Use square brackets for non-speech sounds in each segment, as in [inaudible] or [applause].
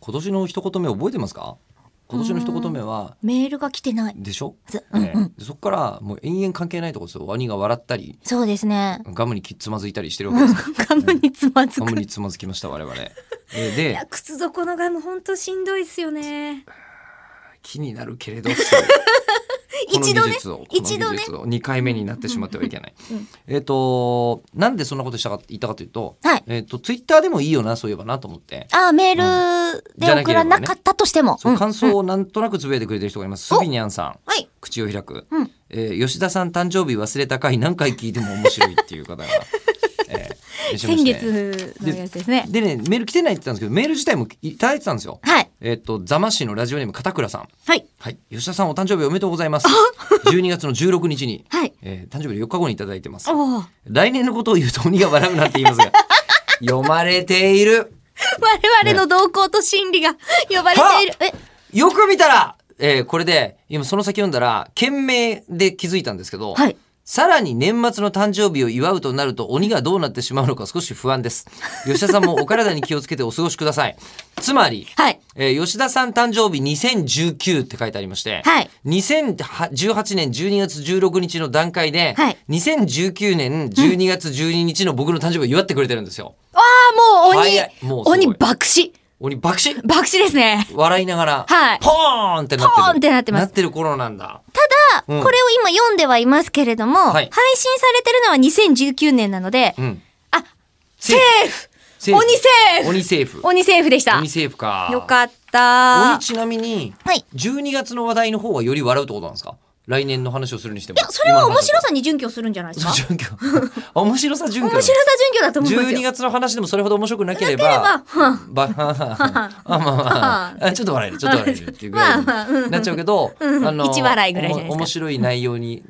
今年の一言目覚えてますか今年の一言目はメールが来てない。でしょ、ずうんねでそこからもう延々関係ないとこですよワニが笑ったりそうですね。 [laughs] ガムにきつまずいたりしてるわけですガムにつま [laughs] ずガムく。いにつまずきました我々えーでや靴底のガム本当しんどいですよね。気になるけれどこの [laughs] 一度技ね術を、この一度技ね術を2回目になってしまってはいけない、うんえっ、となんでそんなことしたか言ったかというと,、はいえっとツイッターでもいいよなそういえばなと思ってあーメールで送らなかったとしても。そううん感想をなんとなくつぶやいてくれてる人がいます、うスんビニャンさんはい。口を開く、うんえー吉田さん誕生日忘れた回何回聞いても面白いっていう [laughs] 方が、えーいらっしゃいま先して月のやつですね。でねメール来てないって言ったんですけどメール自体もいただいてたんですよはい。えっ、と座間市のラジオネーム片倉さんはい。はい吉田さんお誕生日おめでとうございます12月の16日にはい。えー誕生日の4日後にいただいてます。おお。来年のことを言うと鬼が笑うなって言いますが、読まれている。 [laughs] 我々の動向と心理が呼ばれている。え、よく見たら、えーこれで、今その先読んだら、件名で気づいたんですけど、はいさらに年末の誕生日を祝うとなると鬼がどうなってしまうのか少し不安です。吉田さんもお体に気をつけてお過ごしください。 [laughs] つまり、はい。えー吉田さん誕生日2019って書いてありまして、はい2018年12月16日の段階で、はい2019年12月12日の僕の誕生日を祝ってくれてるんですよ。ああ、もう早いもう鬼す、ごい鬼爆死。鬼爆死爆死ですね。笑いながら、はいポーンってなってる。ポーンってなってますなってる頃なんだ。ただ、うんこれを今読んではいますけれども、はい配信されてるのは2019年なので、うん。あ、セセーフーフセーフ鬼セーフ鬼セーフ。鬼セーフでした。鬼セーフか。よかった。鬼ちなみに、はい。 12月の話題の方はより笑うってことなんですか来年の話をするにしても。いや、それは面白さ。さに準拠するんじゃな [laughs] いですか。準面拠。面白さ準拠。白さ準拠だと思います12よ。月の話でもそれほど面白くなけれなば、ければば [laughs] あまあまあまあ、ちょっと笑える、ちょっと笑えるっていうぐらいにまあまあうんなっちゃうけど、うんあの一笑いぐらいじゃないですかおも面白い内容に。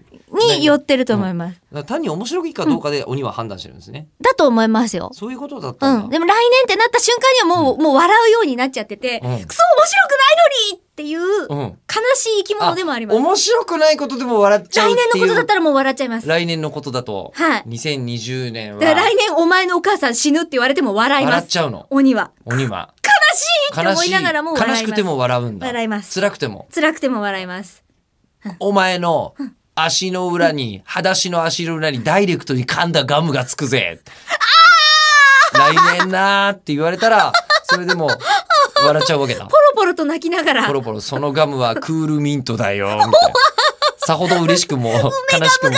に寄ってると思います。だから単に面白いかどうかで鬼は判断してるんですね。だと思いますよ。そういうことだっうたんん。だ。でも来年ってなった瞬間にはもう、もう笑うようになっちゃってて、うんクソ面白くないのにっていう、うん悲しい生き物でもあります。面白くないことでも笑っちゃう来ってい年のう。ことだったらもう笑っちゃいます。だか来年のことだと、はい2020年はら来年お前のお母さん死ぬって言われても笑いま笑っす。ちゃうの。鬼は。鬼は。悲しいって悲思しいい。ながらも笑いま悲す。しくても笑うんだ。笑います辛くても。辛くても笑います。お前の足の裏に、裸足の足の裏にダイレクトに噛んだガムがつくぜ。来年なーって言われたら、それでも笑っちゃうわけだ。ポロポロと泣きながら、 [laughs] ポ梅ロポロ、そのガムはクールミントだよ。みたいなさほど嬉しく [laughs] も、悲しくもガムが。良かったっ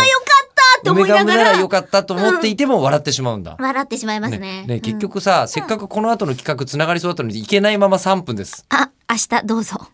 て思梅いガなムがなら、ら良かったと思っていても笑ってしまうんだ。笑ってしまいますね。ね結局さ、せっかくこの後の企画つながりそうだったのにいけないまま3分です。うんあ、明日どうぞ。